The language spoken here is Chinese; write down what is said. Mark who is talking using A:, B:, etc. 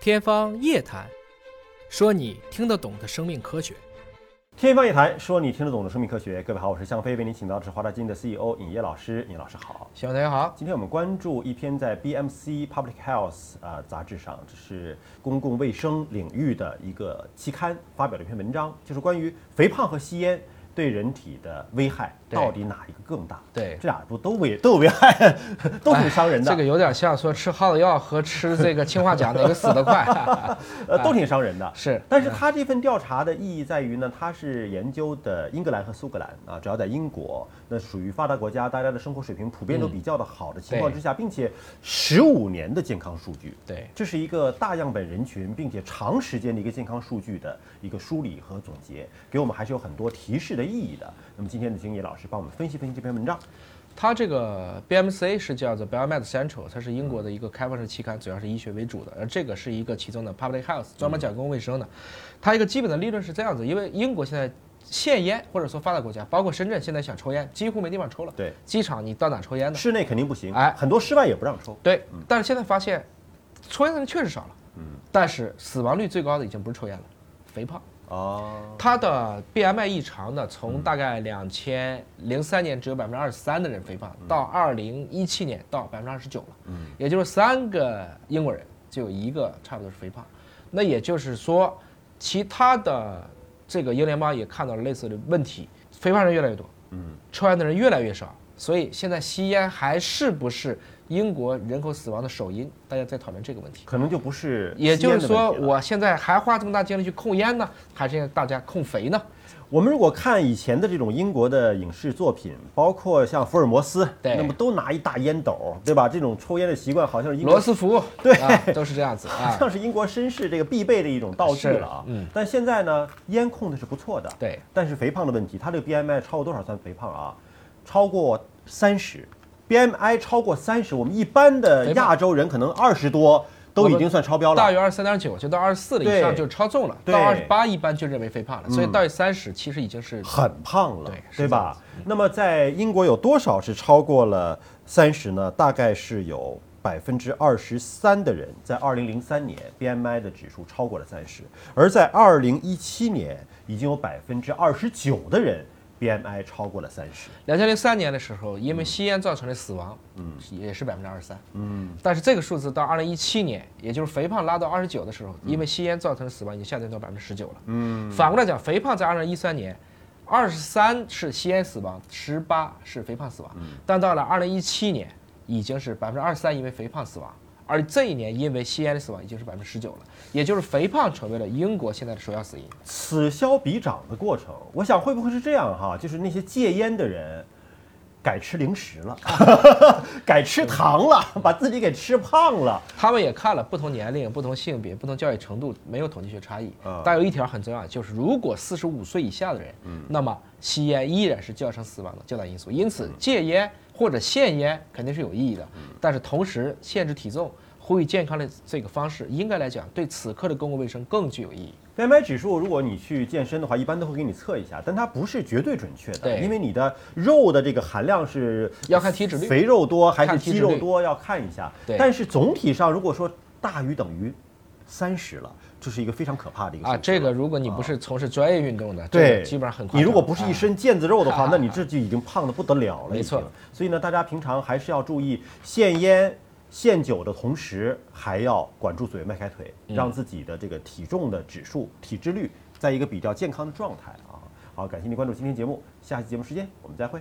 A: 天方夜谭，说你听得懂的生命科学。
B: 天方夜谭，说你听得懂的生命科学。各位好，我是向飞，为您请到的是华大基因的 CEO 尹烨老师。尹老师好，
C: 希望大家好。
B: 今天我们关注一篇在 BMC Public Health 啊、杂志上，这是公共卫生领域的一个期刊发表了一篇文章，就是关于肥胖和吸烟对人体的危害
C: 对
B: 到底哪一个更大？
C: 对
B: 这俩不都危都有危害， 都挺伤人的，
C: 哎这个有点像说吃耗子药和吃这个氰化钾哪个死得快。
B: 呃都挺伤人的。
C: 是
B: 但是他这份调查的意义在于呢，他是研究的英格兰和苏格兰啊，只要在英国，那属于发达国家，大家的生活水平普遍都比较的好的情况之下，并且十五年的健康数据，
C: 对
B: 这是一个大样本人群，并且长时间的一个健康数据的一个梳理和总结，给我们还是有很多提示的意义的。那么今天的金野老师帮我们分析分析这篇文章，
C: 它这个 BMC 是叫做 Biomed Central，它是英国的一个开放式期刊，主要是医学为主的。而这个是一个其中的 Public Health，专门讲公共卫生的。它一个基本的理论是这样子，因为英国现在限烟，或者说发达国家，包括深圳现在想抽烟，几乎没地方抽了。
B: 对，
C: 机场你到哪抽烟呢？
B: 室内肯定不行，
C: 哎
B: 很多室外也不让抽，
C: 对，但是现在发现，抽烟的人确实少了。嗯，但是死亡率最高的已经不是抽烟了，肥胖。
B: 哦，
C: 它的 BMI 异常呢，
B: 嗯
C: 从大概两千零三年只有百分之二十三的人肥
B: 嗯
C: 胖，到二零一七年到百分之二十九了，嗯，也就是三个英国人就有一个差不多是肥胖，那也就是说，其他的这个英联邦也看到了类似的问题，肥胖人越来越多，
B: 嗯，
C: 抽烟的人越来越少，所以现在吸烟还是不是英国人口死亡的首因？大家在讨论这个问题。
B: 可能就不是
C: 也
B: 吸烟
C: 就
B: 的
C: 是说，
B: 问题了
C: 我现在还花这么大精力去控烟呢，还是让大家控肥呢？
B: 我们如果看以前的这种英国的影视作品，包括像福尔摩斯，
C: 对
B: 那么都拿一大烟斗，对吧？这种抽烟的习惯好像是英国
C: 罗 斯福，对、啊，都是这样子啊。
B: 像是英国绅士这个必备的一种道具
C: 是
B: 了啊。嗯。但现在呢，烟控的是不错的。
C: 对。
B: 但是肥胖的问题，它这个 BMI 超过多少算肥胖啊？超过三十，BMI 超过三十，我们一般的
C: 肥胖
B: 亚洲人可能二十多都已经算超标了。
C: 大于二十三点九，就到二十四了以上
B: 对
C: 就超重了，
B: 对
C: 到二十八一般就认为肥胖了，所以到三十其实已经是
B: 很胖了，
C: 对是
B: 对吧？
C: 嗯
B: 那么在英国有多少是超过了三十呢？大概是有百分之二十三的人在二零零三年 BMI 的指数超过了三十，而在二零一七年已经有百分之二十九的人 BMI 超过了三十。
C: 两千零三年的时候，因为吸烟造成的死亡，嗯，也是百分之二十三，嗯，但是这个数字到二零一七年，也就是肥胖拉到二十九的时候，因为吸烟造成的死亡已经下降到百分之十九了，嗯，反过来讲，肥胖在二零一三年。二十三是吸烟死亡，十八是肥胖死亡，但到了二零一七年，已经是百分之二十三因为肥胖死亡，而这一年因为吸烟的死亡已经是百分之十九了，也就是肥胖成为了英国现在的首要死因。
B: 此消彼长的过程，我想会不会是这样哈？就是那些戒烟的人。改吃零食了， 改吃糖了，把自己给吃胖了。
C: 他们也看了不同年龄、不同性别、不同教育程度，没有统计学差异
B: 啊。
C: 但有一条很重要，就是如果四十五岁以下的人，
B: 嗯
C: 那么吸烟依然是造成死亡的较大因素。因此，
B: 嗯
C: 戒烟或者限烟肯定是有意义的，但是同时限制体重、呼吁健康的这个方式，应该来讲对此刻的公共卫生更具有意义。
B: BMI 指数，如果你去健身的话，一般都会给你测一下，但它不是绝对准确的，
C: 对
B: 因为你的肉的这个含量是
C: 要看体脂率
B: 肥肉多还是
C: 看体
B: 肌
C: 脂
B: 肉
C: 率
B: 多要看一下。
C: 对
B: 但是总体上，如果说大于等于三十了，这是一个非常可怕的一个
C: 啊，
B: 数字
C: 这个如果你不是从事专业运动的，这个
B: 对，
C: 基本上很快。
B: 你如果不是一
C: 啊
B: 身腱子肉的话，
C: 啊
B: 那你这就已经胖的不得了了。
C: 没
B: 已经
C: 错。
B: 所以呢，大家平常还是要注意限烟。限酒的同时，还要管住嘴、迈开腿，
C: 嗯
B: 让自己的这个体重的指数、体脂率在一个比较健康的状态啊。好，感谢您关注今天节目，下期节目时间我们再会。